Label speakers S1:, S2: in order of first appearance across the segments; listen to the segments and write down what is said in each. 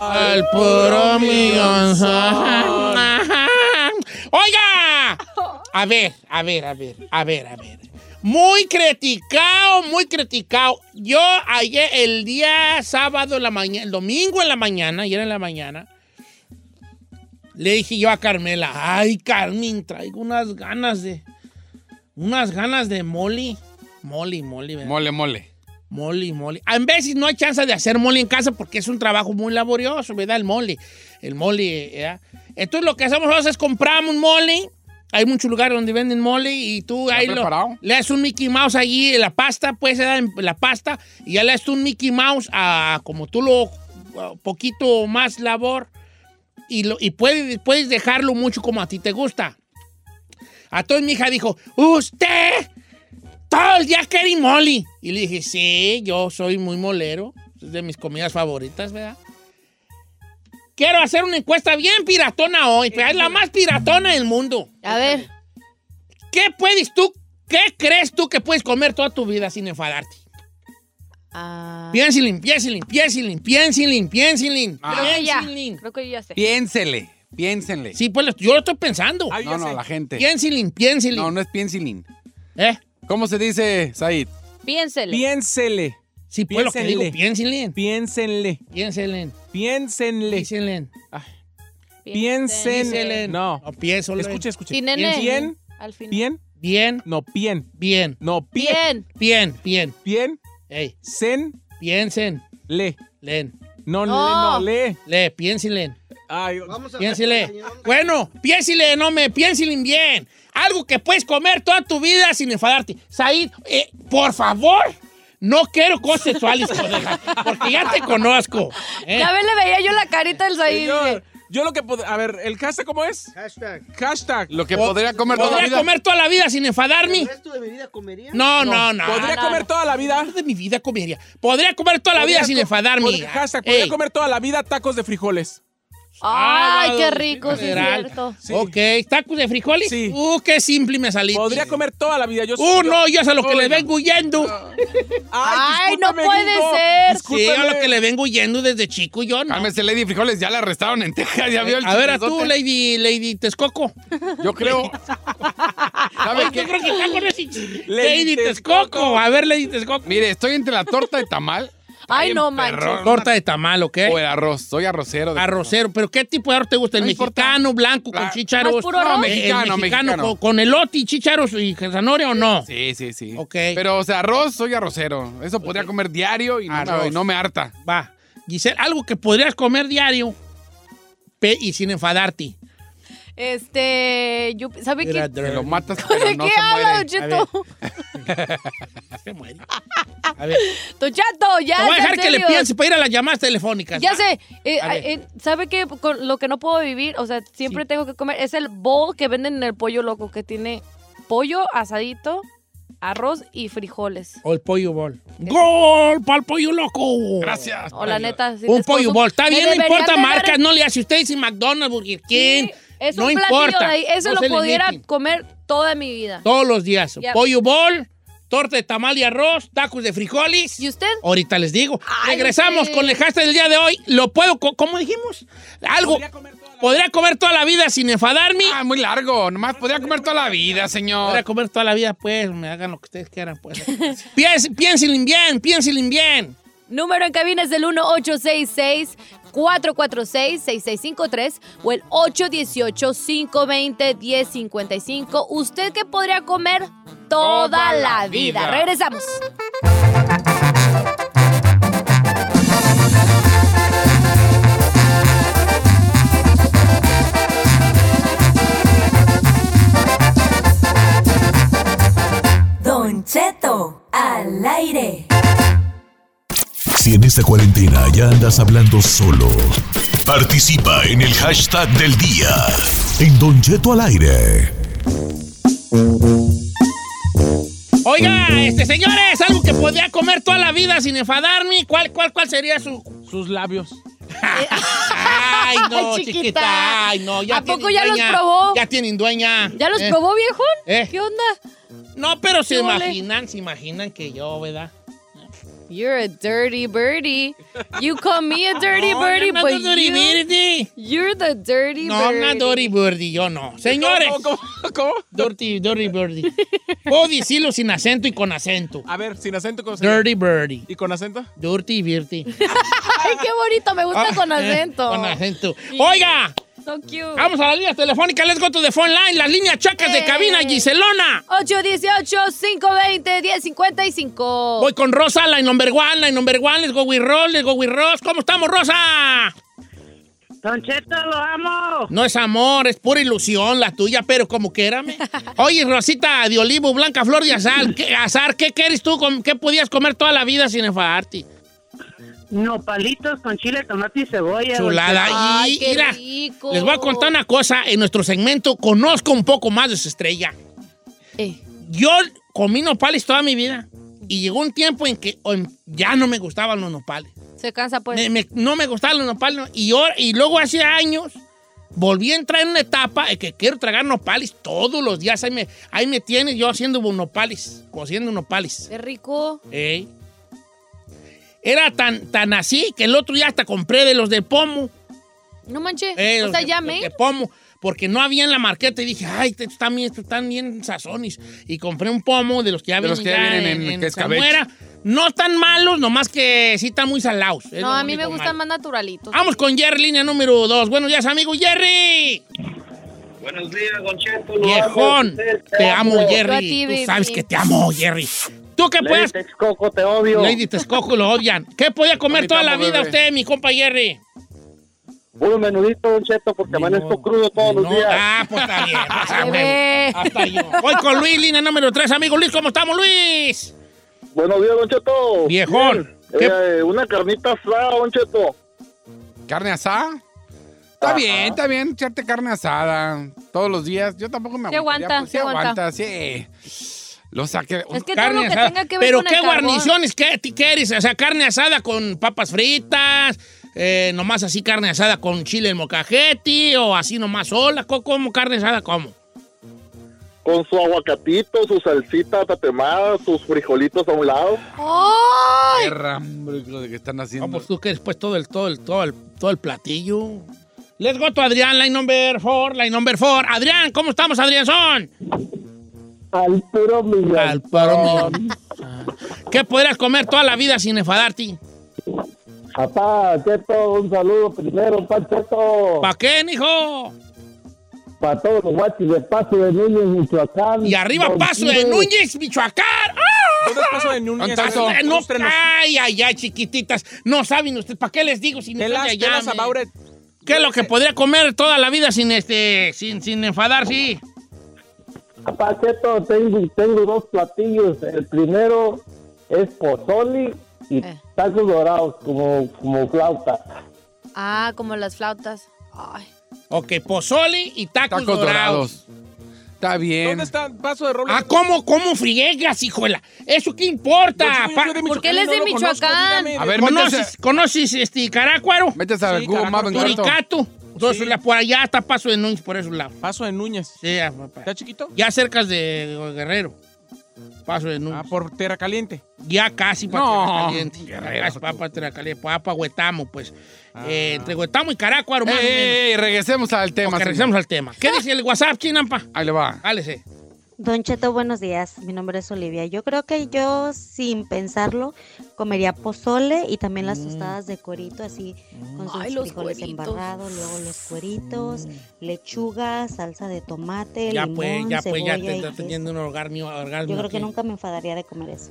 S1: al puro millonzón. Oiga, a ver, a ver, a ver, a ver, a ver. Muy criticado, muy criticado. Yo ayer, el día sábado, en la mañana, el domingo en la mañana, ayer en la mañana, le dije yo a Carmela, ay, Carmen, traigo unas ganas de, unas ganas de moli. Moli, moli, ¿verdad?
S2: Mole, mole.
S1: Mole, mole. A veces no hay chance de hacer mole en casa porque es un trabajo muy laborioso, ¿verdad? El mole. El mole, ¿verdad? Entonces lo que hacemos nosotros es compramos un mole. Hay muchos lugares donde venden mole y tú ahí lo-
S2: preparado?
S1: le das un Mickey Mouse allí, la pasta, pues se da en la pasta y ya le das tú un Mickey Mouse a como tú lo a poquito más labor y, lo, y puedes, puedes dejarlo mucho como a ti te gusta. A toda mi hija dijo, usted todo el día quería mole. Y le dije, sí, yo soy muy molero, es de mis comidas favoritas, ¿verdad? Quiero hacer una encuesta bien piratona hoy, pero es la más piratona del mundo.
S3: A ver,
S1: ¿Qué puedes tú, qué crees tú que puedes comer toda tu vida sin enfadarte?
S3: ah,
S1: Piénsilin, piénsilin, piénsilin, piénsilin,
S4: Ah.
S1: piénsilin, piénsilin.
S3: creo que ya, creo que yo ya sé.
S2: Piénsele, piénsenle.
S1: Sí, pues lo- yo lo estoy pensando.
S2: no, no, la gente.
S1: Piénsilin, piénsilin.
S2: No, no es piénsilin.
S1: ¿Eh?
S2: ¿Cómo se dice, Said?
S3: Piénsele.
S4: Piénsele,
S1: Sí, pues lo que digo, piénsilin,
S4: Piénsenle. piénsenle,
S1: piénsilin,
S4: piénsenle.
S1: piénsilin,
S4: Piénsele. No.
S1: No, piénsolo.
S4: Escuche, escuche.
S3: Sin nene.
S4: Bien,
S3: Al final.
S4: bien,
S1: Bien,
S4: no, bien,
S1: bien,
S4: no, bien,
S3: Bien.
S1: bien, bien.
S4: bien,
S1: Ey,
S4: sen,
S1: piensen,
S4: le.
S1: len,
S4: No,
S3: No.
S1: Oh.
S4: no, no, le.
S1: le, piénsilen.
S4: Ay,
S1: Piénsele. Bueno, piénsele, no me, piénsilen bien. Algo que puedes comer toda tu vida sin enfadarte. Said, eh, por favor, no quiero cosas sexuales, coneja, porque ya te conozco. ¿eh?
S3: Ya ve, le veía yo la carita del Said.
S4: señor,
S3: dije,
S4: yo lo que pod- A ver, ¿el hashtag cómo es?
S5: Hashtag.
S4: Hashtag.
S2: Lo que podría comer toda la
S1: ¿Podría
S2: vida.
S1: comer toda la vida sin enfadarme?
S5: ¿El resto de mi vida comería?
S1: No, no, Ah, no.
S4: ¿Podría
S3: no,
S4: comer
S3: no.
S4: toda la vida?
S1: de mi vida comería. Podría comer toda la vida
S4: Podría
S1: sin
S4: co-
S1: enfadarme. Eh,
S4: podría- Hashtag, podría
S1: Ey.
S4: comer toda la vida tacos de frijoles.
S3: Ay,
S1: Sábado,
S3: qué rico, sí, es
S1: general.
S3: cierto.
S4: Sí.
S1: Ok, tacos de frijoles.
S4: Sí.
S1: Uh, qué simple me salí.
S4: Podría comer toda la vida. Yo
S1: Uh, no, yo es a lo que le
S4: Oiga.
S1: vengo huyendo.
S3: Ay, no
S4: discúlpame,
S3: puede
S4: gringo.
S3: ser.
S1: Sí,
S4: Discúlpame.
S1: a lo que le vengo huyendo desde chico, yo no.
S2: Cálmese, Lady Frijoles, ya la arrestaron en Texas, ya vio el
S1: A ver, a tú,
S2: chismesote.
S1: Lady, Lady Texcoco.
S2: Yo creo. ¿Sabe
S1: Yo
S2: qué?
S1: creo que está con ese. Lady
S4: Lady
S1: Texcoco. A ver, Lady Texcoco.
S2: Mire, estoy entre la torta de tamal.
S3: Ay,
S2: bien
S3: no
S2: perrón.
S3: manches.
S1: Torta de tamal, ¿ok?
S2: O el arroz, soy arrocero. de-
S1: Arrocero. ¿Pero qué tipo de arroz te gusta? ¿El
S2: No importa.
S1: mexicano, blanco, con
S2: La-
S1: chícharos?
S3: Más puro arroz.
S1: Eh,
S2: Mexicano,
S1: el
S2: mexicano.
S1: Con, con elote y chícharos y zanahoria o no?
S2: Sí, sí, sí.
S1: Ok.
S2: Pero, o sea, arroz, soy arrocero. Eso podría comer diario y no,
S1: Arroz.
S2: me, y no me harta.
S1: Va. Giselle, algo que podrías comer diario pe- y sin enfadarte.
S3: Este, yo, ¿sabe qué?
S1: Era
S3: ¿De
S2: Te
S1: drrr.
S2: lo matas, pero
S3: qué
S2: no se
S3: habla, Don
S2: muere.
S3: Cheto?
S1: Se muere. A ver,
S3: Don Cheto, ya.
S1: te voy a
S3: Ah, ya,
S1: dejar que le
S3: serios.
S1: piense para ir a las llamadas telefónicas.
S3: Ya
S1: ¿va?
S3: sé, eh,
S1: A ver.
S3: eh, ¿sabe qué? Con lo que no puedo vivir, o sea, siempre tengo que comer, es el bowl que venden en el pollo loco, que tiene pollo asadito, arroz y frijoles.
S1: O el pollo bol. ¡Gol! ¡Para el pollo loco!
S2: Gracias.
S3: O la neta. sí
S1: Un
S3: les consumo-
S1: pollo bol. Está
S3: Me
S1: bien, no
S3: deberían
S1: importa
S3: de dar
S1: marcas,
S3: el-
S1: no le hace usted dice McDonald's, Burger King.
S3: Sí, es
S1: no
S3: un platillo
S1: importa.
S3: de ahí. Eso
S1: No se
S3: lo pudiera
S1: limiten.
S3: comer toda mi vida.
S1: Todos los días.
S3: Ya.
S1: Pollo bol, torta de tamal y arroz, tacos de frijoles.
S3: ¿Y usted?
S1: Ahorita les digo.
S3: Ay,
S1: Regresamos
S3: sí.
S1: con el hashtag del día de hoy. Lo puedo, co- ¿cómo dijimos? Algo.
S4: Podría comer toda la-
S1: Podría comer toda la vida sin enfadarme.
S2: Ah, muy largo. Nomás podría comer toda la vida, señor.
S1: Podría comer toda la vida, pues. Me hagan lo que ustedes quieran, pues. Piens- Piénsenlo bien, piénsenlo bien.
S3: Número en cabina es el 1866-446-6653 o el 818-520-1055. ¿Usted qué podría comer toda,
S2: Toda
S3: la,
S2: la
S3: vida?
S2: vida.
S3: Regresamos.
S6: Don Cheto, al aire.
S7: Si en esta cuarentena ya andas hablando solo, participa en el hashtag del día. En Don Cheto al aire.
S1: Oiga, este, señores, algo que podría comer toda la vida sin enfadarme. ¿Cuál, cuál, cuál sería su...?
S4: Sus labios.
S1: Ay, no,
S3: Eh, Ay, chiquita.
S1: chiquita. Ay, no. Ya
S3: ¿A poco
S1: tienen
S3: ya los
S1: dueña.
S3: probó?
S1: Ya tienen dueña.
S3: ¿Ya los
S1: Eh,
S3: probó, viejón?
S1: Eh.
S3: ¿Qué onda?
S1: No, pero se
S3: ¿Qué ole?
S1: imaginan, se imaginan que yo, ¿verdad?
S3: You're a dirty birdie. You call me a dirty
S1: No,
S3: birdie,
S1: I'm not
S3: but
S1: a dirty
S3: you,
S1: birdie.
S3: you're the dirty
S1: No, I'm
S3: birdie.
S1: not dirty birdie, yo no. Señores,
S4: ¿Cómo, cómo, cómo?
S1: dirty, dirty birdie. Puedo decirlo sin acento y con acento.
S4: A ver, sin acento, ¿cómo se llama?
S1: Dirty birdie.
S4: ¿Y con acento?
S1: Dirty birdie.
S3: Ay, qué bonito, me gusta con
S1: Ah,
S3: acento.
S1: eh, Con acento. Oiga,
S3: So cute.
S1: vamos a las líneas telefónicas. Let's go to the phone line. Las líneas chacas de
S3: Eh.
S1: cabina, Giselona.
S3: 818-520-1055.
S1: Voy con Rosa, la number one, la number one. Let's go with Ross, let's go with Ross. ¿Cómo estamos, Rosa?
S5: Don Cheto, lo amo.
S1: No es amor, es pura ilusión la tuya, pero como quérame. Oye, Rosita de olivo, blanca flor de azar, ¿qué, azar, ¿qué quieres tú? com- ¿Qué podías comer toda la vida sin enfadarte?
S5: Nopalitos con chile, tomate y cebolla. don
S1: Chulada.
S5: Cheto.
S3: Ay,
S1: Y,
S3: qué
S1: mira,
S3: rico.
S1: les voy a contar una cosa. En nuestro segmento, conozco un poco más de su estrella.
S3: Eh,
S1: Yo comí nopales toda mi vida. Y llegó un tiempo en que em, ya no me gustaban los nopales.
S3: se cansa, pues.
S1: Me- me- no me gustaban los nopales. no. Y, ahora- y luego hace años volví a entrar en una etapa en que quiero tragar nopales todos los días. Ahí me, ahí me tienes yo haciendo nopales, cociendo nopales.
S3: Qué rico.
S1: Ey. Era tan, tan así que el otro día hasta compré de los de pomo.
S3: No manches.
S1: Eh,
S3: o
S1: los
S3: sea,
S1: de-
S3: ya
S1: los
S3: me.
S1: de pomo. Porque no había en la marqueta y dije, ay, estos están bien, estos están bien sazones. Y compré un pomo de los que ya
S2: De
S1: vienen,
S2: los que
S1: ya
S2: ya vienen
S1: en,
S2: en
S1: en
S2: escabeche.
S1: salmuera. No están malos, nomás que sí están muy salados. Es lo
S3: No, a mí
S1: único
S3: me gustan
S1: malo. Ah,
S3: más naturalitos.
S1: Vamos con Jerry, línea número dos. Buenos días, amigo Jerry.
S8: Buenos días, Don Cheto. lo
S1: Viejón.
S8: amo, usted,
S1: Te amo,
S3: Yo a
S1: Jerry.
S3: ti,
S1: Tú
S3: baby.
S1: sabes que te amo, Jerry. Tú que
S8: Lady
S1: puedes...
S8: Texcoco, te odio.
S1: Lady Texcoco lo odian. ¿Qué podía comer
S2: Ahorita
S1: toda la
S2: amo,
S1: vida
S2: bebé.
S1: usted, mi compa Jerry?
S8: Puro menudito, Don Cheto, porque amanezco
S1: No,
S8: crudo todos
S1: no,
S8: los días.
S1: Ah, pues está bien. pues, a huevo.
S3: Bebé.
S1: Hasta yo. Voy con Luis, línea número 3, amigo Luis. ¿Cómo estamos, Luis?
S8: Buenos días, Don Cheto.
S1: Viejón.
S8: Bien. Eh, una carnita asada, Don Cheto.
S2: ¿Carne asada? Está
S8: Ajá.
S2: bien, está bien echarte carne asada todos los días. Yo tampoco me
S3: Sí aguanta,
S2: aguantaría, pues,
S3: sí aguanta.
S2: sí. Lo saqué.
S3: Es que todo
S1: Carne
S3: lo que
S1: asada.
S3: tenga que ver
S1: Pero
S3: con
S1: qué
S3: el carbón.
S1: guarniciones que quieres. O sea, carne asada con papas fritas, eh, nomás así carne asada con chile en mocajete o así nomás sola. Co- ¿Cómo carne asada? ¿Cómo?
S8: Con su aguacatito, su salsita tatemada, sus frijolitos a un lado.
S1: Ah.
S3: ¡Ay!
S2: Perra, hombre, hijo de que están haciendo.
S1: No, pues tú que después todo el, todo el, todo el, todo el platillo. Let's go to Adrián, line number 4, line number 4. Adrián, ¿cómo estamos, Adrián? Son.
S8: Al puro millón.
S1: Al paro, mi- Ah. ¿Qué podrías comer toda la vida sin enfadarte?
S8: Papá, Cheto, un saludo primero, pa' Cheto.
S1: ¿Para qué, hijo?
S8: Para todos los guachis de Paso de Núñez, Michoacán.
S1: Y arriba
S8: Don
S1: paso de
S8: Ciro.
S1: Núñez, Michoacán. ¡Ah!
S4: ¿Dónde paso de Núñez?
S2: Antazo.
S1: Eh, No,
S4: Usted
S1: ay, ay, ay, chiquititas. No saben ustedes, ¿para qué les digo si no
S4: Tell
S1: son
S4: us-
S1: de
S4: tell
S1: allá?
S4: us
S1: men?
S4: about it.
S1: ¿Qué es lo que podría comer toda la vida sin este, sin, sin enfadarse?
S8: Papá Cheto, tengo, tengo dos platillos. El primero es pozoli y
S3: Eh.
S8: tacos dorados como, como flauta.
S3: Ah, como las flautas. Ay.
S1: Ok, pozole y tacos,
S2: Tacos
S1: dorados.
S2: dorados. Está bien.
S4: ¿Dónde está Paso de Robles?
S1: Ah, ¿cómo, cómo friegas, hijuela? ¿Eso qué importa? Pa-
S3: qué él es de Michoacán?
S2: A ver,
S1: ¿Conoces, ¿Conoces este Carácuaro?
S2: Métese a
S4: Sí,
S2: Google Maps en corto.
S1: Turicato. Entonces,
S4: Sí.
S1: la- por allá está Paso de Núñez, por esos lados.
S4: Paso de Núñez.
S1: Sí, ya, papá.
S4: ¿Está chiquito?
S1: Ya cerca de Guerrero. Paso de Núñez.
S4: Ah, por Tierra Caliente.
S1: Ya casi para
S2: No,
S1: Tierra Caliente.
S2: Guerrero,
S1: Ya casi
S2: tú.
S1: para para Tierra Caliente. Para, para Huetamo, pues. Eh, entre Huetamo y Caracuaro, más o
S2: Ey,
S1: menos.
S2: ey, ey, regresemos al tema.
S1: Ok,
S2: señor.
S1: regresamos al tema. ¿Qué dice el WhatsApp, Chinampa?
S2: Ahí le va.
S1: Álese.
S9: Don Cheto, buenos días. Mi nombre es Olivia. Yo creo que yo, sin pensarlo, comería pozole y también
S1: Mm.
S9: las tostadas de cuerito, así con sus
S3: Ay, los
S9: frijoles
S3: cueritos.
S9: embarrados, luego los cueritos, lechuga, salsa de tomate,
S1: Mm. Ya
S9: limón,
S1: pues, ya pues, ya
S9: cebolla
S1: te
S9: y
S1: está
S9: queso.
S1: teniendo un orgasmo. orgasmo
S9: Yo creo que
S1: aquí.
S9: nunca me enfadaría de comer eso.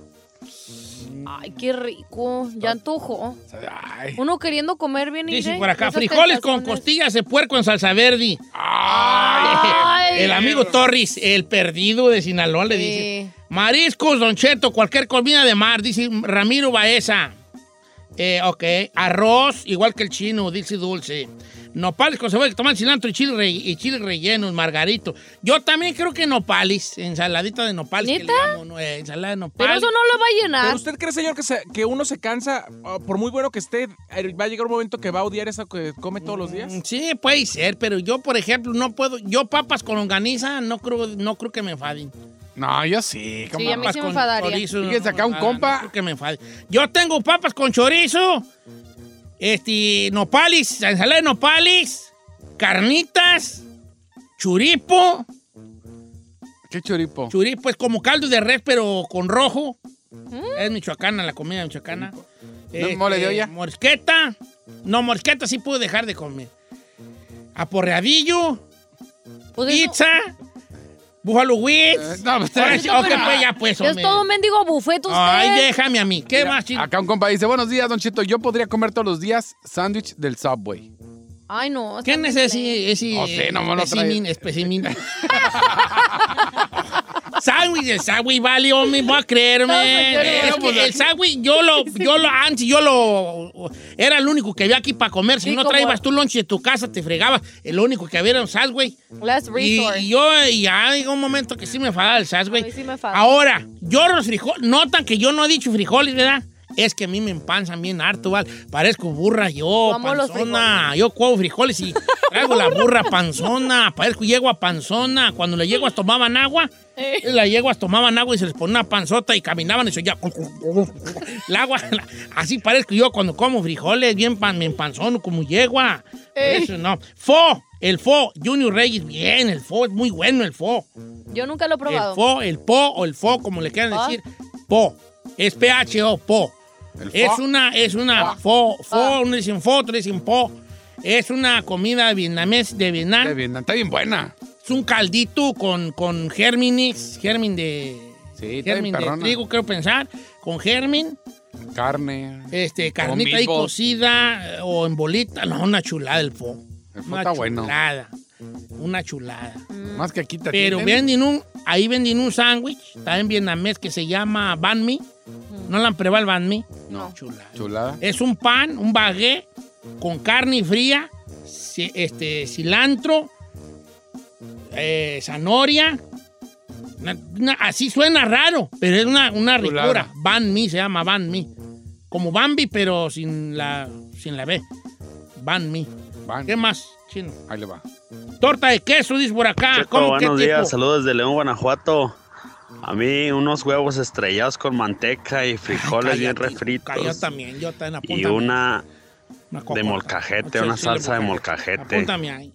S3: Ay, qué rico. Ya antojo.
S2: Ay.
S3: Uno queriendo comer bien y
S1: Dice
S3: bien,
S1: por acá,
S3: esas
S1: frijoles con
S3: tentaciones.
S1: costillas de puerco en salsa verde.
S3: Ay.
S1: El amigo Torres, el perdido de Sinaloa, le
S3: Sí.
S1: dice. Mariscos, Don Cheto, cualquier comida de mar, dice Ramiro Baeza. Eh, ok, arroz, igual que el chino, dice Dulce. Nopales con cebolla, tomate, cilantro y chile, re- y chile relleno, margarito. Yo también creo que nopales, ensaladita de nopales. que le
S3: ¿Neta?
S1: llamo, no, eh, ensalada de nopales.
S3: Pero eso no lo va a
S4: ¿Pero
S3: llenar.
S4: usted cree, señor, que, se- que uno se cansa, ah, por muy bueno que esté, eh, va a llegar un momento que va a odiar eso que come todos los días?
S1: Mm, Sí, puede ser, pero yo, por ejemplo, no puedo. Yo papas con longaniza no creo, no creo que me enfaden.
S2: No, yo sí. ¿cómo
S3: Sí, a mí
S2: no?
S1: Papas
S3: sí me
S1: con
S3: enfadaría.
S1: chorizo,
S2: Fíjense, acá un
S1: ah,
S2: compa-
S1: no, que me enfade. Yo tengo papas con chorizo, este, nopales, ensalada de nopales, carnitas, churipo.
S2: ¿Qué choripo?
S1: Churipo es como caldo de res, pero con rojo.
S3: Mm.
S1: Es michoacana, la comida michoacana. Este,
S2: ¿No es mole de olla?
S1: Morisqueta. No, morisqueta sí pude dejar de comer. Aporreadillo,
S3: Pues eso-
S1: pizza, buffalo
S2: Eh,
S1: wings.
S2: no, pues,
S1: Ahora
S2: eh,
S1: sí,
S3: no,
S1: ok,
S3: pero-
S1: pues ya pues,
S3: es
S1: hombre.
S3: todo un mendigo bufeto usted.
S1: Ay, déjame a mí. ¿Qué más, chico?
S2: Acá un compa dice, buenos días, Don Cheto. Yo podría comer todos los días sándwich del Subway.
S3: Ay, no. está
S1: ¿Quién es
S3: bien
S1: ese? ese
S2: No sé, no me lo
S1: especímen- especímen? Sándwich, el sándwich vale, hombre, voy a creerme.
S2: pues,
S3: No, señor,
S1: Es
S3: vamos
S1: que el sándwich, yo lo, yo lo, antes, yo lo, era el único que había aquí para comer. Si
S3: Sí,
S1: no
S3: como-
S1: traías tu lonche de tu casa, te fregabas. El único que había era un sándwich.
S3: play. Last
S1: Y,
S3: resort.
S1: y yo, y ya llegó un momento que sí me enfadaba el
S3: A mí
S1: sándwich.
S3: sí me enfada.
S1: Ahora, yo los frijoles, notan que yo no he dicho frijoles, ¿verdad? Es que a mí me empanzan bien harto, ¿vale? Parezco burra yo,
S3: Yo amo los
S1: panzona. Ah, Yo cuevo frijoles y traigo la burra panzona. Parezco yegua panzona. Cuando las yeguas tomaban agua, las yeguas tomaban agua y se les ponía una panzota y caminaban y se oía... El agua, la- así parezco yo cuando como frijoles, bien pan, me empanzono como yegua. Por
S3: Ey.
S1: Eso no. Fo, el fo, Junior Reyes, bien, el fo, es muy bueno el fo.
S3: Yo nunca lo he
S1: El
S3: probado.
S1: fo, el po o el fo, como le quieran
S3: ¿Fo?
S1: decir. Po. Es PHO, po.
S2: El
S1: Es
S2: pho.
S1: una, es una fo, fo, uno dicen fo, otro dicen po. Es una comida vietnamés de Vietnam.
S2: Está bien, está bien buena.
S1: Es un caldito con, con gérminis, germin de.
S2: Sí, está bien
S1: germin de
S2: perrona.
S1: trigo, creo pensar. Con germin,
S2: Carne.
S1: este, carnita ahí
S2: meatballs.
S1: cocida eh, o en bolita. No, una chulada el fo.
S2: El fo
S1: Una
S2: está bueno.
S1: chulada. Una chulada.
S2: Más que aquí te
S1: Eh, Pero
S2: atienden.
S1: venden un, ahí venden un sándwich, también vietnamés, que se llama banh mi. ¿No la han probado el banh mi?
S3: No.
S1: Chulada.
S2: Chulada.
S1: Es un pan, un bagué, con carne fría, ci- este, cilantro, eh, zanahoria. Una- una- así suena raro, pero es una, una
S2: Chulada.
S1: ricura. Banh mi se llama banh mi. Como Bambi, pero sin la, sin la B. Banh mi.
S2: Van.
S1: ¿Qué más, chino?
S2: Ahí le va.
S1: Torta de queso, dice por acá.
S10: Checo,
S1: Ah, ¿Cómo qué
S10: buenos
S1: tipo?
S10: días, saludos de León, Guanajuato. A mí unos huevos estrellados con manteca y frijoles bien
S1: Cállate, cállate, Yo
S10: refritos.
S1: también, yo también
S10: Y
S1: apúntame.
S10: una
S1: Una coca.
S10: de molcajete,
S1: Sí,
S10: una
S1: sí,
S10: salsa de molcajete.
S1: Apúntame ahí.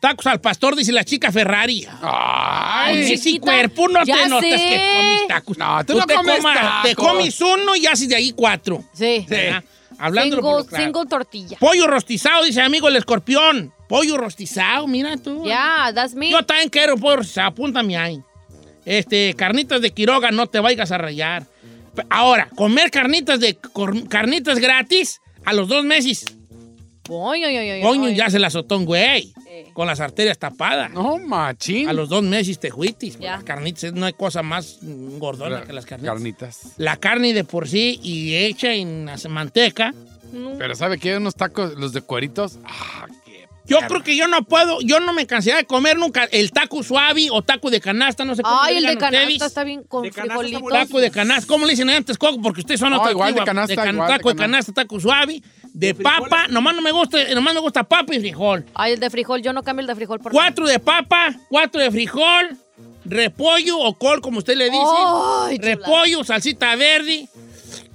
S1: Tacos al pastor, dice la chica Ferrari.
S2: Ay,
S1: Ay, ese
S3: chiquita,
S1: cuerpo no
S3: ya
S1: te notas
S3: sé.
S1: que comes tacos.
S2: No, tú no
S1: te
S2: comes
S1: comas-
S2: tacos.
S1: Te comes uno y haces de ahí cuatro.
S3: Sí.
S1: ¿Verdad? Hablándolo por
S3: Single,
S1: lo claro.
S3: single tortilla.
S1: Pollo rostizado, dice amigo el escorpión. Pollo rostizado, mira tú.
S3: Ya, that's me.
S1: Yo también quiero pollo rostizado, apúntame ahí. Este, carnitas de Quiroga, no te vayas a rayar. P- Ahora, comer carnitas de cor- carnitas gratis a los dos meses.
S3: Oy, oy, oy, oy,
S1: Coño,
S3: oy.
S1: ya se la azotó un güey.
S3: Eh.
S1: Con las arterias tapadas.
S2: No, machín.
S1: A los dos meses te juitis. pues.
S3: Ya.
S1: Las carnitas, no hay cosa más mm, gordona
S2: Ra-
S1: que las carnitas.
S2: carnitas.
S1: La carne de por sí y hecha en as- manteca.
S3: No.
S2: Pero ¿sabe qué? Unos tacos, los de cueritos. Ah, qué...
S1: Yo creo que yo no puedo, yo no me cansé de comer nunca el taco suave o taco de canasta, no sé cómo
S3: Ay,
S1: le
S3: el de
S1: digan
S3: canasta
S1: ustedes.
S3: está bien con
S4: De canasta está
S3: frijolitos.
S1: Taco de canasta, ¿cómo le dicen antes, Coco? Porque ustedes son
S2: No,
S1: otra
S2: igual de
S1: tribu,
S2: canasta, igual de
S1: taco de canasta,
S2: canasta.
S1: taco suave, de papa, nomás no me gusta, nomás me gusta papa y frijol.
S3: Ay, el de frijol. Yo no cambio el de frijol por nada.
S1: Cuatro de papa, cuatro de frijol, repollo o col, como usted le dice.
S3: Ay, chulada.
S1: repollo, salsita verde,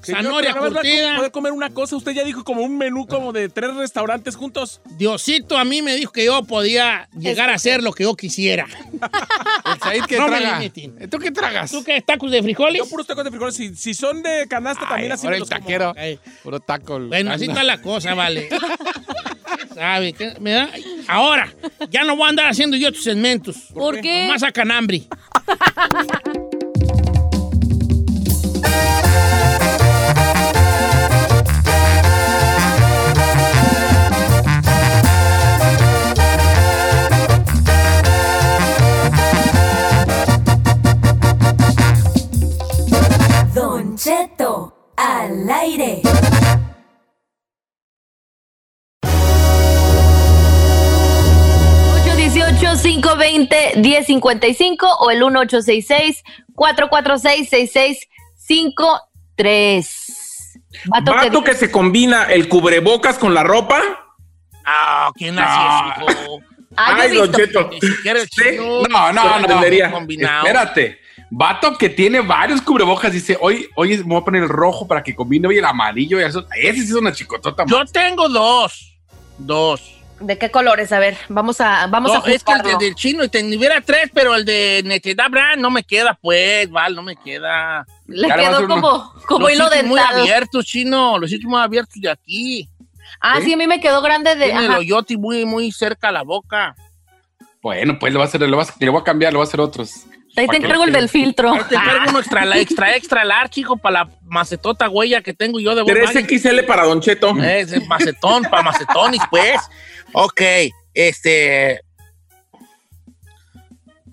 S4: Señor,
S1: zanahoria
S4: pero nada más va a co-
S1: curtida.
S4: poder comer una cosa. Usted ya dijo como un menú como de tres restaurantes juntos.
S1: Diosito a mí me dijo que yo podía llegar a hacer lo que yo quisiera.
S2: El Said Ah, pues, que
S1: No me
S2: traga. ¿Eh,
S1: limiten.
S2: ¿Tú qué tragas?
S1: ¿Tú qué? ¿Tacos de frijoles?
S4: Yo puros tacos de frijoles. Si, si son de canasta,
S2: Ay,
S4: también así
S2: ahora
S4: me
S2: el
S4: los como.
S2: taquero.
S1: Ay.
S2: Puro taco.
S1: Bueno, así
S2: Anda.
S1: está la cosa, vale. ¿Sabe? qué? Me da- Ahora, ya no voy a andar haciendo yo tus segmentos.
S3: ¿Por qué?
S1: Más a canambre.
S6: Don Cheto al aire.
S3: o el 1855-446-6653. Vato que
S4: Vato que se combina el cubrebocas con la ropa.
S1: Ah, ¿quién hace eso? hijo?
S3: Ay, Ah, yo he
S4: Ay,
S3: visto.
S4: Don Cheto.
S1: Ni siquiera el
S4: Sí.
S1: chino.
S4: No,
S1: lo
S4: no, no.
S1: entendería. Combinado.
S4: Espérate.
S2: Vato que tiene varios cubrebocas, dice, hoy, hoy me voy a poner el rojo para que combine hoy el amarillo y eso. Ese sí es una chicotota.
S1: Yo tengo dos. Dos.
S3: ¿De qué colores? A ver, vamos a, vamos a
S1: No, es que el de-
S3: juzgarlo.
S1: del chino y hubiera tres, pero el de Necesidad Brand no me queda, pues, Val, no me queda.
S3: Le Claro, quedó va a ser como- uno- como
S1: Los
S3: hilo
S1: sitios muy
S3: dental.
S1: abiertos, chino, los sitios muy abiertos de aquí.
S3: Ah, sí, a mí me quedó grande de.
S1: ¿eh? Tiene el
S3: ajá.
S1: hoyote muy, muy cerca a la boca.
S2: Bueno, pues le voy a hacer, le voy a, le voy a cambiar, le voy a hacer otros.
S1: Ahí
S2: Pa' que lo quede.
S3: filtro.
S1: Ahí te encargo uno extra, la- extra, extra large, chico, para la macetota huella que tengo yo de
S4: 3XL para Don Cheto.
S1: Es el macetón, para macetonis, pues. Ok, este.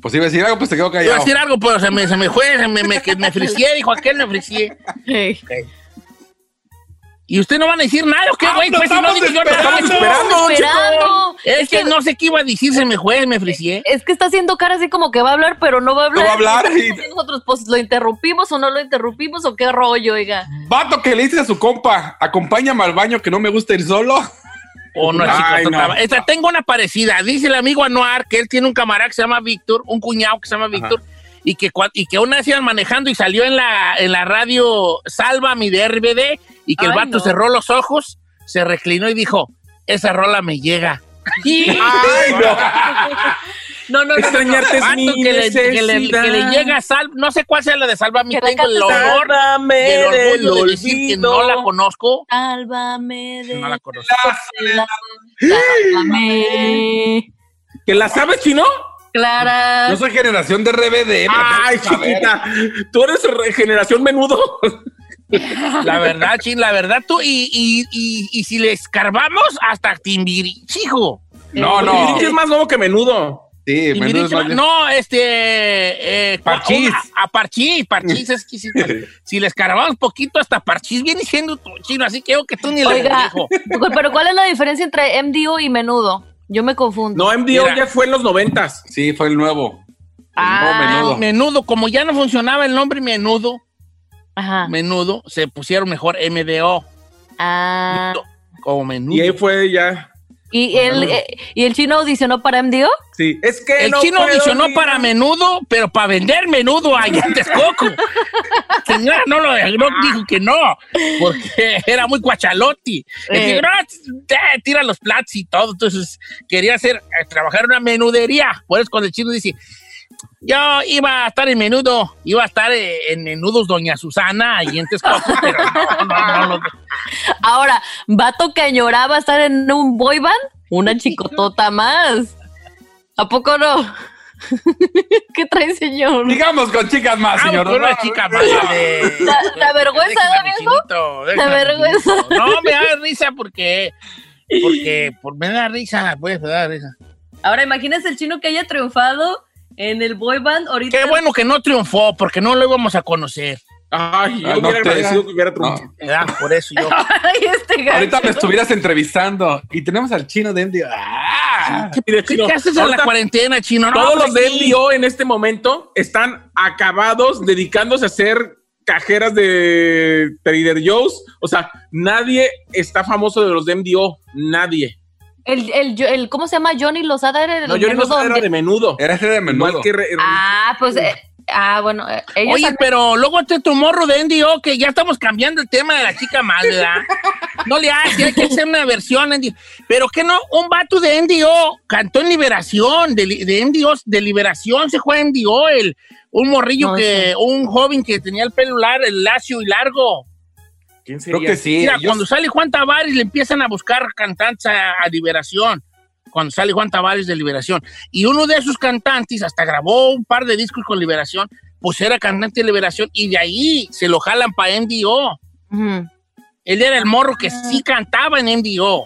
S2: Pues si iba a decir algo, pues te quedo
S1: Iba a
S2: callado.
S1: decir algo, pero se me, se me fue, se me, me, que me fricié, dijo aquel, me fricié. Ok. ¿Y usted no van a decir nada o qué, güey?
S3: lo
S1: Pues si no
S3: Ah, estamos
S1: digo yo nada,
S3: esperando,
S1: güey.
S3: esperando, esperando.
S1: Es, que, no sé qué iba a decir, se me fue, me fricié.
S3: Es que está haciendo cara así como que va a hablar, pero no va a hablar.
S2: No va a hablar y-
S3: Nosotros, pues, ¿lo interrumpimos o no lo interrumpimos o qué rollo, oiga?
S2: Vato que le dice a su compa, acompáñame al baño que no me gusta ir solo.
S1: O no,
S2: Ay,
S1: chicos,
S2: no.
S1: trataba- Esta, Este, tengo una parecida. Dice el amigo Anuar que él tiene un camarada que se llama Víctor, un cuñado que se llama Víctor, y que, cua- y que una vez iban manejando y salió en la, en la radio Salva mi de RBD, y que el
S3: Ay,
S1: vato
S3: no.
S1: cerró los ojos, se reclinó y dijo, esa rola me llega.
S3: Ah, no, no, no, no.
S1: Extrañarte es mi que le, que, le, que le
S3: necesidad.
S1: llega sal, no sé cuál sea la de Salva mi
S3: Que la
S1: tengo el
S3: cantes.
S1: honor
S3: Sálvame
S1: y el orgullo
S3: del Ah,
S1: de decir que no la conozco.
S3: Sálvame de.
S1: No la conozco.
S3: Ah, Sálvame.
S4: ¿Que la sabes, chino?
S3: Clara.
S2: Yo soy generación de RBD.
S4: Ay, chiquita. Tú eres re- generación menudo.
S1: La verdad, chin, la verdad tú. Y, y, y, y si le escarbamos hasta Timbiriche, hijo.
S2: No, no.
S4: Timbiriche es más nuevo que menudo.
S2: Sí, menudo es
S1: Timbiriche,
S2: más bien-
S1: no, este. eh,
S2: Parchís.
S1: A, a Parchís, Parchís es que sí, Parchís. Si le escarbamos poquito, hasta Parchís viene siendo tu chino, así que yo que tú ni le
S3: Oiga,
S1: dijo.
S3: pero ¿cuál es la diferencia entre MDO y menudo? Yo me confundo.
S4: No, MDO
S1: Mira.
S4: ya fue en los noventas.
S2: Sí, fue el nuevo.
S3: Ah,
S1: Ah, menudo. como ya no funcionaba el nombre menudo,
S3: Ajá.
S1: menudo, se pusieron mejor MDO,
S3: Ah.
S1: como menudo.
S4: Y ahí fue ya.
S3: ¿Y el, eh, ¿Y el chino audicionó para MDO?
S4: Sí. Es que
S1: El
S4: no
S1: chino
S4: puedo
S1: audicionó
S4: ni-
S1: para menudo, pero para vender menudo allá en Texcoco. Señora, no lo no dijo que no, porque era muy cuachalotti. Le
S3: Eh.
S1: digo, "No, te- tira los platos y todo. Entonces quería hacer, eh, trabajar en una menudería. Por eso cuando el chino dice, yo iba a estar en menudo, iba a estar eh, en menudos Doña Susana ahí en Texcoco, pero no, no, no lo
S3: Ahora, vato que añoraba estar en un boy band, una chicotota más. ¿A poco no? ¿Qué trae, señor?
S2: Digamos con chicas más,
S1: Ah,
S2: señor.
S1: con una chica más, vale.
S3: ¿Te te avergüenza,
S1: Déjame,
S3: Gabriel?
S1: chinito, déjame,
S3: vergüenza.
S1: chinito. No, me da risa porque. Porque por, me da risa, pues, me da risa.
S3: Ahora, imagínese el chino que haya triunfado en el boy band ahorita.
S1: Qué bueno que no triunfó, porque no lo íbamos a conocer.
S4: Ay, yo
S2: Ah, no
S4: hubiera
S2: te-
S4: agradecido que hubiera
S2: No.
S4: triunfado.
S1: ¿verdad? Por eso yo.
S3: Ay, este gacho.
S2: Ahorita me estuvieras entrevistando y tenemos al chino de MDO. ¡Ah!
S4: Mire,
S1: ¿Qué,
S4: chino,
S1: qué haces en la
S4: ahorita
S1: cuarentena, chino? No,
S4: Todos
S1: hombre,
S4: los de
S1: sí.
S4: MDO en este momento están acabados dedicándose a ser cajeras de Trader Joe's. O sea, nadie está famoso de los de MDO. Nadie.
S3: El, el, el- ¿Cómo se llama? Johnny Lozada era el
S4: No, yo no
S3: menudo
S4: era
S3: de-
S4: de menudo.
S2: Era ese de menudo.
S4: Igual que re-
S3: Ah, pues. eh, ah, bueno. eh, ellos
S1: Oye,
S3: han-
S1: pero luego este tu morro de NDO, que ya estamos cambiando el tema de la chica más, ¿verdad? No le hace, hay que hacer una versión. NDO. Pero que no, un vato de NDO cantó en Liberación, de, li- de NDO, de Liberación se juega NDO, el, un morrillo
S3: No,
S1: que,
S3: sí.
S1: un joven que tenía el pelo largo, el lacio y largo.
S4: ¿Quién sería?
S2: Creo que sí.
S1: Mira,
S2: yo-
S1: cuando sale Juan Tavares le empiezan a buscar cantantes a, a Liberación. Cuando sale Juan Tavares de Liberación. Y uno de esos cantantes hasta grabó un par de discos con Liberación, pues era cantante de Liberación y de ahí se lo jalan para MDO.
S3: Ujú.
S1: Él era el morro que sí
S3: Ah.
S1: cantaba en MDO.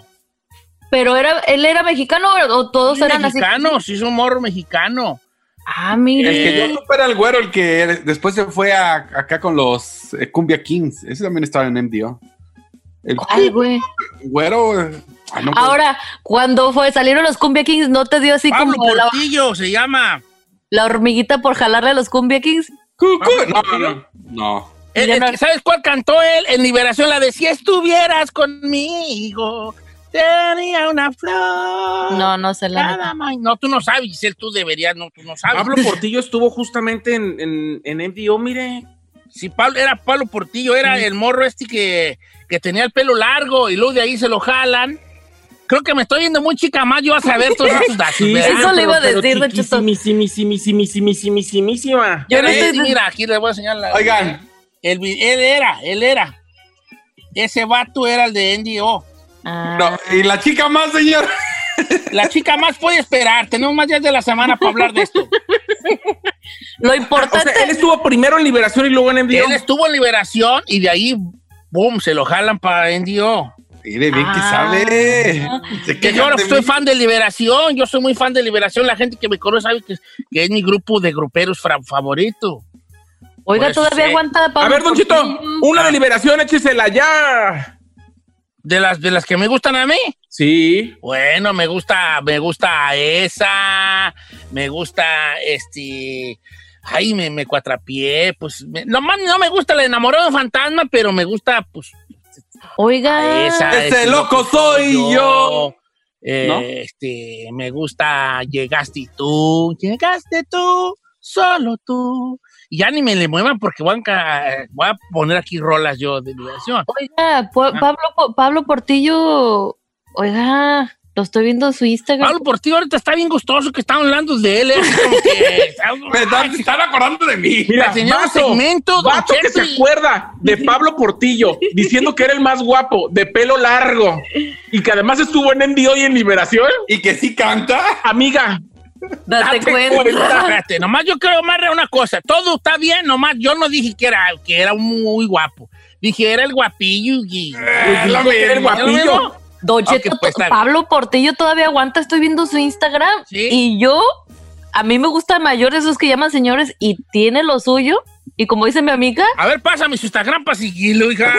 S3: Pero era, él era mexicano o- o todos
S1: Sí,
S3: eran
S1: mexicano, sí es un morro mexicano.
S3: así. Ah, mire.
S2: El que
S1: Eh.
S2: yo supe era el güero, el que después se fue a- acá con los eh, Cumbia Kings. Ese también estaba en MDO. El
S3: Ay, güey.
S2: güero. eh, ah, no,
S3: Ahora, cuando fue, salieron los Cumbia Kings, ¿no te dio así
S1: Pablo
S3: como la,
S1: Portillo se llama.
S3: la hormiguita por jalarle a los Cumbia Kings?
S2: Cu- cu- no, no, no.
S1: El-
S3: Ya
S1: el
S3: no-
S1: que- ¿Sabes cuál cantó él en Liberación? La de Si estuvieras conmigo. Tenía una flor.
S11: No, no sé la
S1: Nada más. No, tú no sabes, Giselle, tú deberías, no, tú no sabes.
S4: Pablo Portillo estuvo justamente en, en, en MDO, mire.
S1: Si Pablo, era Pablo Portillo, era el morro este que, que tenía el pelo largo y luego de ahí se lo jalan. Creo que me estoy viendo muy chica más, yo a saber todos estos datos.
S4: Sí,
S1: ¿verdad?
S4: pero- Ah, pero chiquisimisimisimisimisimisimisima.
S1: Yo Mira, aquí les voy a enseñar la.
S12: Oigan.
S1: El vi- él era, él era. Ese vato era el de NDO.
S3: Ah.
S12: No, y la chica más, señor.
S1: La chica más puede esperar. Tenemos más días de la semana para hablar de esto.
S11: Lo importante.
S4: O sea, él estuvo primero en Liberación y luego en MDO.
S1: Él estuvo en liberación y de ahí, boom, se lo jalan para NDO.
S12: Mire bien que
S1: Ah.
S12: sabe.
S3: Ah.
S12: Se
S1: Que yo
S12: quejan
S1: ahora
S12: de
S1: soy
S12: mí.
S1: fan de Liberación, yo soy muy fan de Liberación, la gente que me conoce sabe que, que es mi grupo de gruperos fra- favorito.
S11: Oiga,
S1: Por eso
S11: todavía
S1: sé.
S11: aguanta Pablo
S4: A ver, Don Chito, una de Liberación, échesela ya.
S1: De las, de las que me gustan a mí.
S4: Sí.
S1: Bueno, me gusta, me gusta esa, me gusta este. Ay, me, me cuatrapié, pues. me- nomás no me gusta la enamorada de un fantasma, pero me gusta, pues.
S11: Oiga.
S1: Esa
S12: Ese
S4: Este
S1: es
S12: Este loco soy yo.
S1: Eh,
S12: ¿No?
S1: Este, me gusta Llegaste tú, llegaste tú, solo tú. Y ya ni me le muevan porque voy a, enca- voy a poner aquí rolas yo de liberación.
S11: Oiga, Po-
S1: Ah.
S11: Pablo, Pablo Portillo. Oiga, lo estoy viendo en su Instagram.
S1: Pablo Portillo ahorita está bien gustoso que están hablando de él. ¿eh? Como que está-
S12: Me están, se están acordando de mí.
S4: Mira,
S1: Enseñó un
S4: vato,
S1: segmento, don
S4: vato que se
S1: Cheto, y-
S4: acuerda de Pablo Portillo diciendo que era el más guapo, de pelo largo y que además estuvo en MDO y en Liberación.
S12: Y que sí canta.
S4: Amiga,
S11: Date
S4: date
S11: cuenta.
S4: cuenta.
S1: Espérate, nomás yo creo más de una cosa. Todo está bien, nomás yo no dije que era, que era muy guapo. Dije, era el guapillo y...
S12: Eh, lo
S4: Dijo que era el
S12: mismo.
S4: guapillo.
S11: Don
S1: Ok,
S11: Cheto,
S1: pues, está bien.
S11: Pablo Portillo todavía aguanta, estoy viendo su Instagram
S1: Sí.
S11: y yo, a mí me gusta mayor esos que llaman señores y tiene lo suyo y como dice mi amiga,
S1: A ver, pásame su Instagram para seguirlo, hija.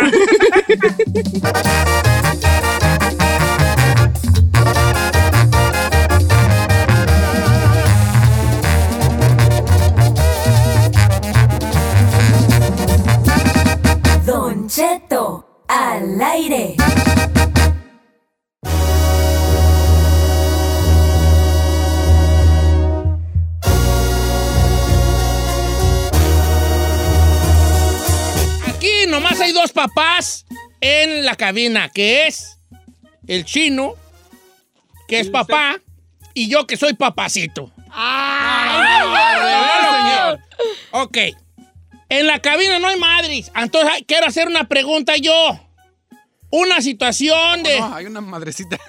S6: Don Cheto al aire.
S1: Aquí nomás hay dos papás en la cabina, que es el chino, que es papá, y yo que soy papacito. ¡Ay, señor! Ok. En la cabina no hay madres. Entonces ay, quiero hacer una pregunta yo. Una situación de...
S2: No, hay una madrecita.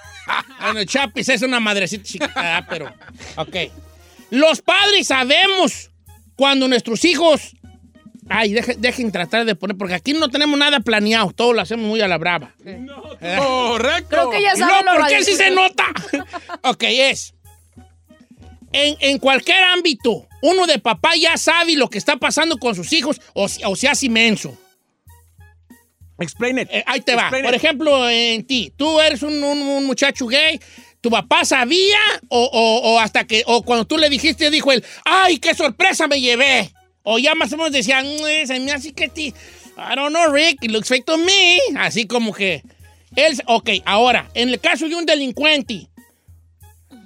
S1: Bueno, Chapis es una madrecita chiquita, ah, pero. Ok. Los padres sabemos cuando nuestros hijos. Ay, deje- dejen, tratar de poner, porque aquí no tenemos nada planeado, todo lo hacemos muy a la brava. Eh.
S2: Correcto.
S3: Creo que ya
S1: Y
S3: saben
S1: luego,
S3: lo
S1: ¿Por qué sí se nota? ok, es. En, en cualquier ámbito, uno de papá ya sabe lo que está pasando con sus hijos, o, si- o se hace inmenso.
S13: Explain it.
S1: Eh, ahí te va.
S13: Explain
S1: Por
S13: it.
S1: ejemplo, en ti, tú eres un, un- un muchacho gay. ¿Tu papá sabía o, o- o hasta que, o cuando tú le dijiste, dijo él, ay, qué sorpresa me llevé? O ya más o menos decía, "Mm, se me hace que ti, I don't know, Rick, it looks fake to me. Así como que, él, ok, ahora, en el caso de un delincuente,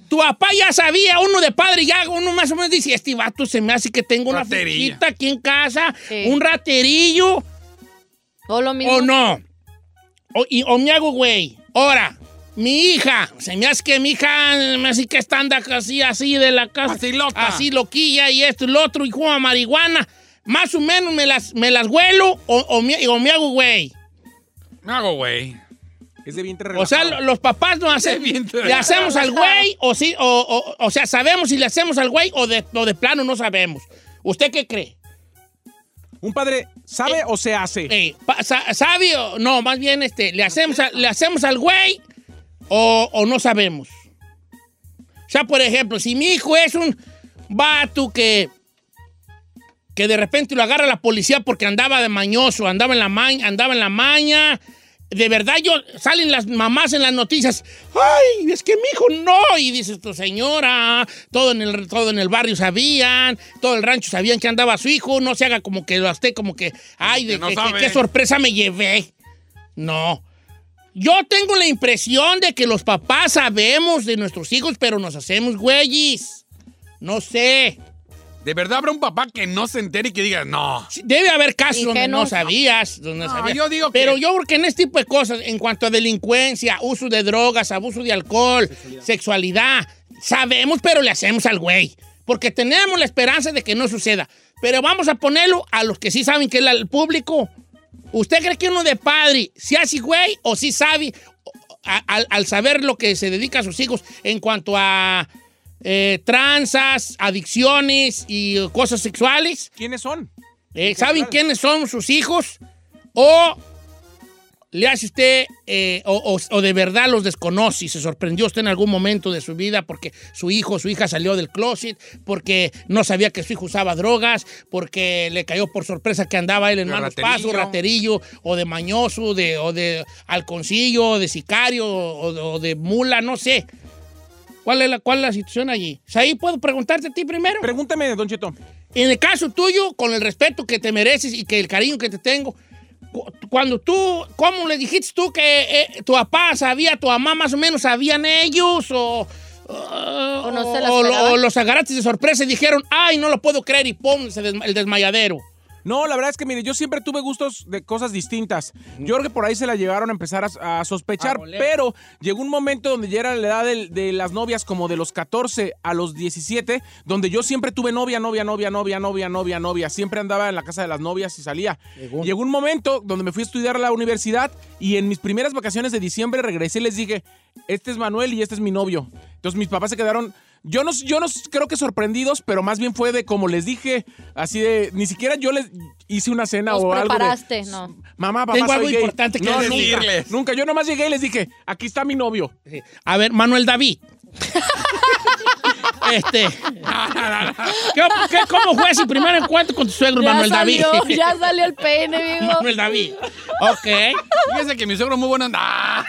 S1: tu papá ya sabía, uno de padre ya, uno más o menos dice, este vato se me hace que tengo una
S2: Raterillo.
S1: fichita aquí en casa,
S3: Sí.
S1: un raterillo.
S3: Todo lo mismo.
S1: ¿O Oh, no? O, y- o me hago güey. Ahora, mi hija, se me hace que mi hija me hace que está anda así, así de la casa.
S2: Así loca.
S1: Así loquilla y esto y lo otro y juega marihuana. Más o menos me las, me las huelo o, o me, o me hago güey.
S2: Me hago, güey.
S13: Es de vientre
S1: O sea,
S13: relajado.
S1: lo- los papás no hacen.
S2: bien
S1: ¿Le hacemos al güey o sí? O, o- o sea, sabemos si le hacemos al güey o de, o de plano no sabemos. ¿Usted qué cree?
S13: ¿Un padre sabe o se hace?
S1: Eh, pa- sa- ¿Sabe o no? Más bien, este, ¿le hacemos, a- le hacemos al güey o, o no sabemos? O sea, por ejemplo, si mi hijo es un vato que, que de repente lo agarra la policía porque andaba de mañoso, andaba en la maña, andaba en la maña. De verdad, yo salen las mamás en las noticias. Ay, es que mi hijo no. Y dices, tu señora, todo en, el, todo en el barrio sabían, todo el rancho sabían que andaba su hijo. No se haga como que lo esté, como que, ay,
S2: Que
S1: de,
S2: no
S1: que- que-
S2: sabe.
S1: qué sorpresa me llevé. No. Yo tengo la impresión de que los papás sabemos de nuestros hijos, pero nos hacemos güeyes. No sé.
S2: ¿De verdad habrá un papá que no se entere y que diga, no?
S1: Sí, Debe haber casos donde no
S2: Ingenuos.
S1: sabías. donde no
S2: No,
S1: sabías.
S2: yo digo que-
S1: Pero yo creo que en este tipo de cosas, en cuanto a delincuencia, uso de drogas, abuso de alcohol, sexualidad, sabemos, pero le hacemos al güey. Porque tenemos la esperanza de que no suceda. Pero vamos a ponerlo a los que sí saben que es la- el público. ¿Usted cree que uno de padre se hace güey o sí sabe o- a- al, al saber lo que se dedica a sus hijos en cuanto a eh, tranzas, adicciones y eh, cosas sexuales?
S13: ¿Quiénes son?
S1: Eh, ¿Saben quiénes son sus hijos? ¿O le hace usted, eh, o, o- o de verdad los desconoce y se sorprendió usted en algún momento de su vida porque su hijo o su hija salió del closet, porque no sabía que su hijo usaba drogas, porque le cayó por sorpresa que andaba él en
S13: De
S1: manos
S13: raterillo.
S1: paso, raterillo, o de mañoso, de, o de halconcillo, o de sicario, o, de- o de mula, no sé. ¿Cuál es la, cuál es la situación allí? Pues Ahí puedo preguntarte a ti primero.
S13: Pregúntame, Don Cheto.
S1: En el caso tuyo, con el respeto que te mereces y que el cariño que te tengo, cu- cuando tú, ¿cómo le dijiste tú que eh, tu papá sabía, tu mamá más o menos sabían ellos o... o-
S3: no se la
S1: o lo-
S3: esperaban?
S1: o los agarraste de sorpresa y dijeron, ay, no lo puedo creer y pum, se desma- el desmayadero.
S13: No, la verdad es que, mire, yo siempre tuve gustos de cosas distintas. Yo creo que por ahí se la llevaron a empezar a, a sospechar, pero llegó un momento donde ya era la edad del- de, las novias, como de los 14 a los 17, donde yo siempre tuve novia, novia, novia, novia, novia, novia, novia. Siempre andaba en la casa de las novias y salía. Llegó un momento donde me fui a estudiar a la universidad y en mis primeras vacaciones de diciembre regresé y les dije, este es Manuel y este es mi novio. Entonces mis papás se quedaron... Yo no, yo no creo que sorprendidos, pero más bien fue de como les dije, así de ni siquiera yo les hice una cena
S3: Los
S13: o algo. de,
S3: preparaste, ¿no?
S13: Mamá, papá,
S1: Tengo
S13: soy
S1: algo
S13: gay".
S1: importante que
S13: No, nunca,
S1: decirles.
S13: Nunca, yo nomás llegué y les dije, aquí está mi novio.
S1: A ver, Manuel David. este, ¿qué, qué- cómo fue su primer encuentro con tu suegro,
S3: Ya
S1: Manuel
S3: salió,
S1: David?
S3: ya salió el peine, viejo.
S1: Manuel David. Ok.
S2: Fíjese que mi suegro es muy bueno. anda.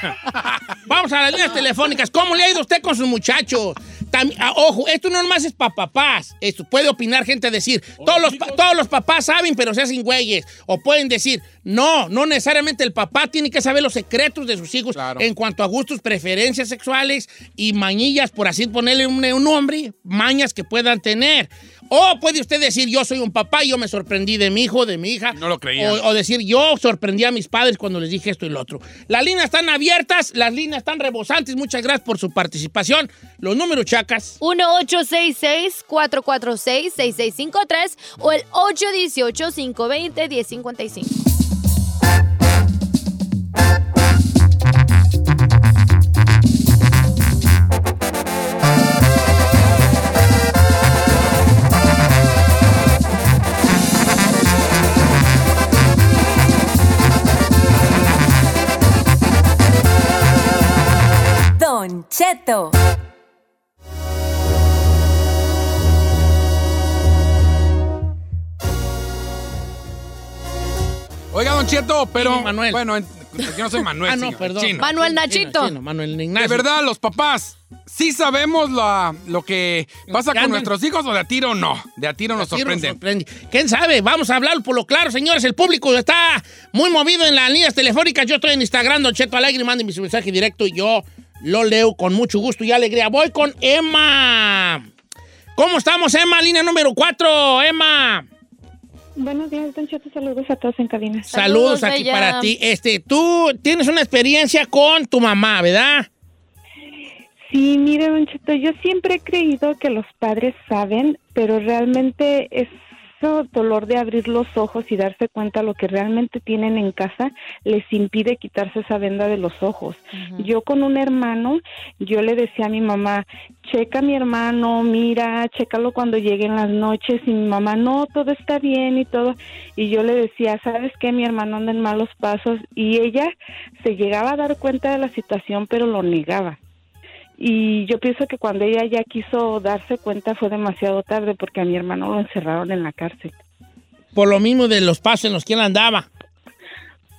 S1: Vamos a las líneas telefónicas. ¿Cómo le ha ido usted con sus muchachos? Tam- ah, ojo, esto no nomás es para papás. Esto puede opinar gente, decir, todos los, pa- todos los papás saben, pero se hacen güeyes. O pueden decir, no, no necesariamente el papá tiene que saber los secretos de sus hijos en cuanto a gustos, preferencias sexuales y mañillas, por así ponerle un, un nombre, mañas que puedan tener. O puede usted decir, yo soy un papá, yo me sorprendí de mi hijo, de mi hija.
S2: No lo creía.
S1: O, o decir, yo sorprendí a mis padres cuando les dije esto y lo otro. Las líneas están abiertas, las líneas están rebosantes. Muchas gracias por su participación. Los números chacas.
S3: 1-866-446-6653 o el 818-520-1055.
S6: Don Cheto.
S2: Oiga, Don Cheto, pero. Bueno, en- yo no soy Manuel.
S1: Ah, no,
S2: señor,
S1: perdón.
S2: chino.
S3: Manuel Nachito.
S1: Manuel
S2: De
S1: Ignacio.
S2: verdad, los papás, ¿sí sabemos la- lo que pasa
S1: que
S2: con
S1: andan-
S2: nuestros hijos o de a tiro no? De a tiro nos
S1: Tiro
S2: sorprenden.
S1: sorprende. ¿Quién sabe? Vamos a hablar por lo claro, señores. El público está muy movido en las líneas telefónicas. Yo estoy en Instagram, Don Cheto Alegre. Manden mi mensaje directo y yo lo leo con mucho gusto y alegría. Voy con Emma. ¿Cómo estamos, Emma? Línea número 4, Emma.
S14: Buenos días, Don Cheto. Saludos a todos en cabina.
S1: Saludos, aquí para ti. Este, tú tienes una experiencia con tu mamá, ¿verdad?
S14: Sí, mire, Don Cheto, yo siempre he creído que los padres saben, pero realmente eso dolor de abrir los ojos y darse cuenta lo que realmente tienen en casa les impide quitarse esa venda de los ojos. Yo con un hermano, yo le decía a mi mamá, checa a mi hermano, mira, chécalo cuando lleguen las noches y mi mamá, no, todo está bien y todo. Y yo le decía, ¿sabes qué? Mi hermano anda en malos pasos y ella se llegaba a dar cuenta de la situación, pero lo negaba. Y yo pienso que cuando ella ya quiso darse cuenta fue demasiado tarde porque a mi hermano lo encerraron en la cárcel.
S1: Por lo mismo de los pasos en los que él andaba.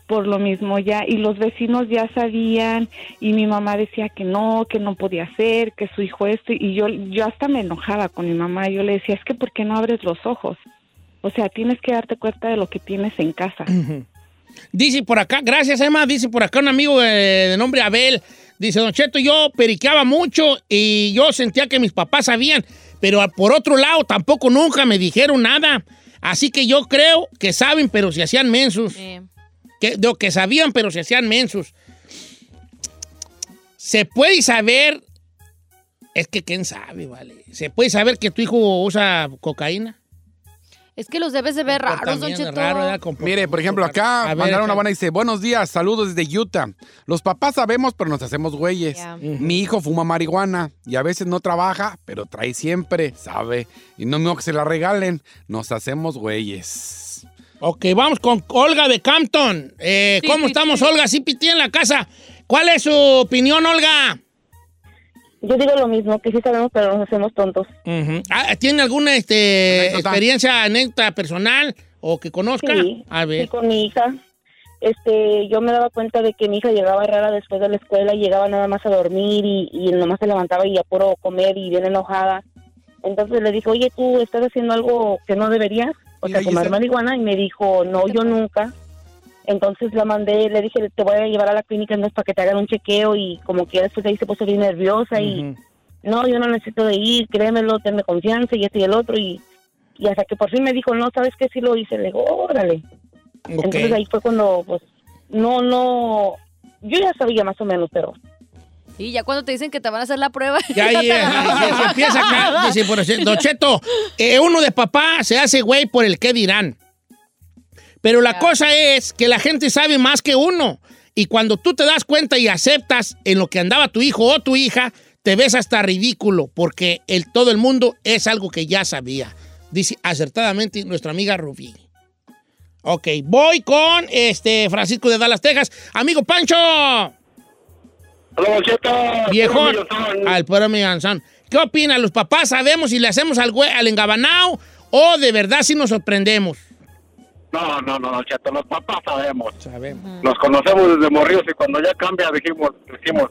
S14: Por lo mismo ya, y los vecinos ya sabían, y mi mamá decía que no, que no podía hacer, que su hijo esto, y yo, yo hasta me enojaba con mi mamá, yo le decía, es que ¿por qué no abres los ojos? O sea, tienes que darte cuenta de lo que tienes en casa.
S1: Dice por acá, gracias Emma, dice por acá un amigo de, de nombre Abel. Dice, Don Cheto, yo periqueaba mucho y yo sentía que mis papás sabían, pero por otro lado tampoco nunca me dijeron nada. Así que yo creo que saben, pero se hacían mensos. Que, de, que sabían, pero se hacían mensos. Se puede saber, es que quién sabe, vale. Se puede saber que tu hijo usa cocaína.
S3: Es que los debes de ver raros, Don
S1: Comportamiento
S3: Cheto.
S1: raro, ¿verdad? Comportamiento
S2: Mire, por ejemplo, acá
S1: A ver,
S2: mandaron una
S1: acá.
S2: buena dice, buenos días, saludos desde Utah. Los papás sabemos, pero nos hacemos güeyes. Mi hijo fuma marihuana y a veces no trabaja, pero trae siempre, sabe. Y no me que se la regalen, nos hacemos güeyes.
S1: Ok, vamos con Olga de Campton. Eh, ¿Cómo estamos, Olga? Sí, Piti en la casa. ¿Cuál es su opinión, Olga?
S15: Yo digo lo mismo, que sí sabemos, pero nos hacemos tontos.
S1: Ah, ¿Tiene alguna este, experiencia, anécdota personal o que conozca?
S15: Sí,
S1: A
S15: sí,
S1: ver.
S15: con mi hija. Este, yo me daba cuenta de que mi hija llegaba rara después de la escuela, llegaba nada más a dormir y, y nomás se levantaba y a puro comer y bien enojada. Entonces le dije, oye, tú estás haciendo algo que no deberías, o sea, fumar marihuana. Y me dijo, no, yo nunca. Entonces la mandé, le dije, te voy a llevar a la clínica entonces para que te hagan un chequeo y como que después de ahí se puso bien nerviosa y no, yo no necesito de ir, créemelo, tenme confianza este y esto y el otro. Y, y hasta que por fin me dijo, no, ¿sabes qué? Sí lo hice. Le digo, órale. Entonces ahí fue cuando, pues, no, no, yo ya sabía más o menos, pero
S3: Y ya cuando te dicen que te van a hacer la prueba.
S1: Ya, ahí,
S3: te
S1: eh,
S3: la
S1: ahí se
S3: van a
S1: empieza acá.
S3: bajar.
S1: Dice, por ejemplo, Don Cheto, eh, uno de papá se hace güey por el qué dirán. Pero la cosa es que la gente sabe más que uno. Y cuando tú te das cuenta y aceptas en lo que andaba tu hijo o tu hija, te ves hasta ridículo, porque el, todo el mundo es algo que ya sabía. Dice acertadamente nuestra amiga Rubí. Ok, voy con este Francisco de Dallas, Texas. Amigo Pancho. Viejón. Al puro millonzón. ¿Qué opina? ¿Los papás sabemos si le hacemos al, güe- al engabanao o de verdad si nos sorprendemos?
S16: No, no, no, Don Cheto, los papás sabemos.
S1: Sabemos.
S16: Los conocemos desde morridos y cuando ya cambia dijimos, dijimos,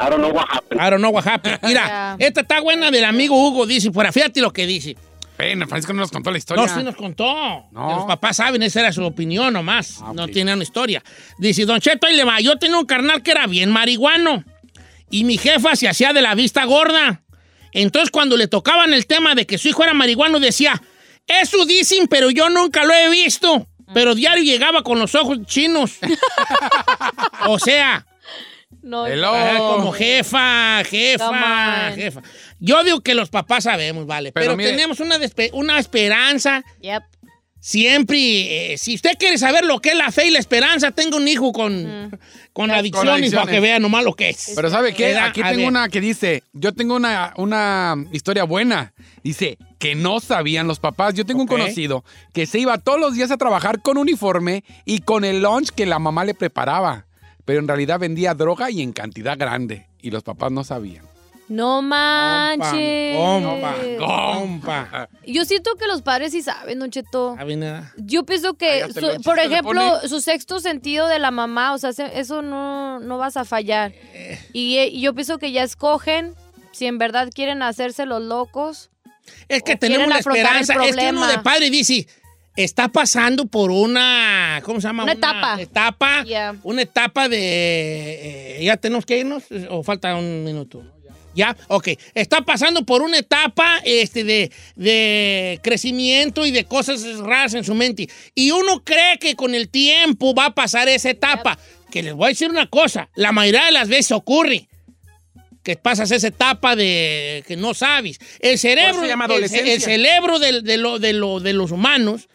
S16: I don't know what happened.
S1: I don't know what happened. Mira, esta está buena del amigo Hugo, dice. Por fíjate lo que dice.
S2: Pena, Francisco no nos contó la historia.
S1: No, sí nos contó.
S2: No.
S1: Que Los papás saben, esa era su opinión nomás. No tiene una historia. Dice, Don Cheto, ahí le va. Yo tenía un carnal que era bien marihuano. Y mi jefa se hacía de la vista gorda. Entonces, cuando le tocaban el tema de que su hijo era marihuano, decía, eso dicen, pero yo nunca lo he visto. Pero diario llegaba con los ojos chinos. o sea,
S3: No,
S2: Oh.
S1: Ajá, como jefa,
S3: Come
S1: jefa,
S3: on.
S1: jefa. Yo digo que los papás sabemos, vale. Pero,
S3: Pero mire-
S1: tenemos una, despe- una esperanza. Siempre, eh, si usted quiere saber lo que es la fe y la esperanza, tenga un hijo con, con adicciones, para que vea nomás lo que es.
S2: Pero ¿sabe qué?
S1: ¿Verdad?
S2: Aquí
S1: A
S2: tengo
S1: ver.
S2: una que dice, yo tengo una, una historia buena. Dice, que no sabían los papás. Yo tengo
S1: Ok.
S2: un conocido que se iba todos los días a trabajar con uniforme y con el lunch que la mamá le preparaba. Pero en realidad vendía droga y en cantidad grande. Y los papás no sabían.
S3: No manches.
S2: Compa,
S1: compa.
S3: Yo siento que los padres sí saben, Don Cheto.
S1: A mí nada.
S3: Yo pienso que,
S1: Cállate,
S3: su-
S1: Lonchi,
S3: por
S1: se le
S3: ejemplo,
S1: pone.
S3: su sexto sentido de la mamá, o sea, se- eso no, no vas a fallar. Y, eh, y yo pienso que ya escogen si en verdad quieren hacerse los locos.
S1: Es que
S3: o
S1: tenemos
S3: quieren
S1: la
S3: afrontar el
S1: esperanza. Es que uno de
S3: problema.
S1: padre dice, está pasando por una, ¿cómo se llama?
S3: Una etapa.
S1: etapa,
S3: Ya.
S1: Una etapa de, eh, ya tenemos que irnos o falta un minuto. Ya, ok. Está pasando por una etapa este, de, de crecimiento y de cosas raras en su mente. Y uno cree que con el tiempo va a pasar esa etapa. Que les voy a decir una cosa, la mayoría de las veces ocurre que pasas esa etapa de que no sabes. El cerebro,
S13: Por eso se llama
S1: el- el,
S13: adolescencia.
S1: cerebro del- de, lo- de lo- de los humanos,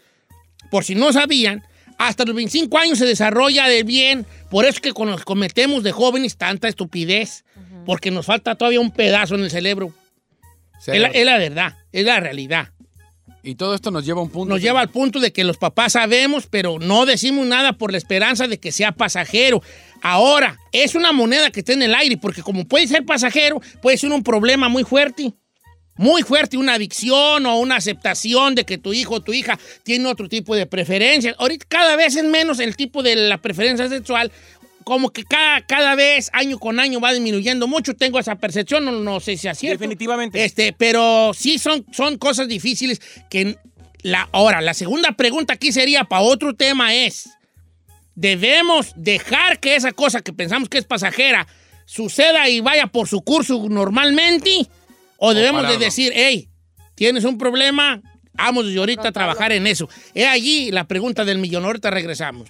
S1: por si no sabían, hasta los 25 años se desarrolla de bien. Por eso que cuando cometemos de jóvenes tanta estupidez, porque nos falta todavía un pedazo en el cerebro. Es la, es la verdad, es la realidad.
S2: Y todo esto nos lleva a un punto.
S1: Nos lleva al punto de que los papás sabemos, pero no decimos nada por la esperanza de que sea pasajero. Ahora, es una moneda que está en el aire, porque como puede ser pasajero, puede ser un problema muy fuerte. Muy fuerte, una adicción o una aceptación de que tu hijo o tu hija tiene otro tipo de preferencias. Ahorita cada vez es menos el tipo de la preferencia sexual. Como que cada, cada vez, año con año, va disminuyendo mucho. Tengo esa percepción, no, no sé si es cierto. Definitivamente. Este, pero sí son, son cosas difíciles que la, ahora, la segunda pregunta aquí sería para otro tema es, debemos dejar que esa cosa que pensamos que es pasajera suceda y vaya por su curso normalmente? ¿O debemos de
S2: pararlo.
S1: decir, hey, tienes un problema? Vamos y ahorita a trabajar en eso. He allí la pregunta del millón. Ahorita regresamos.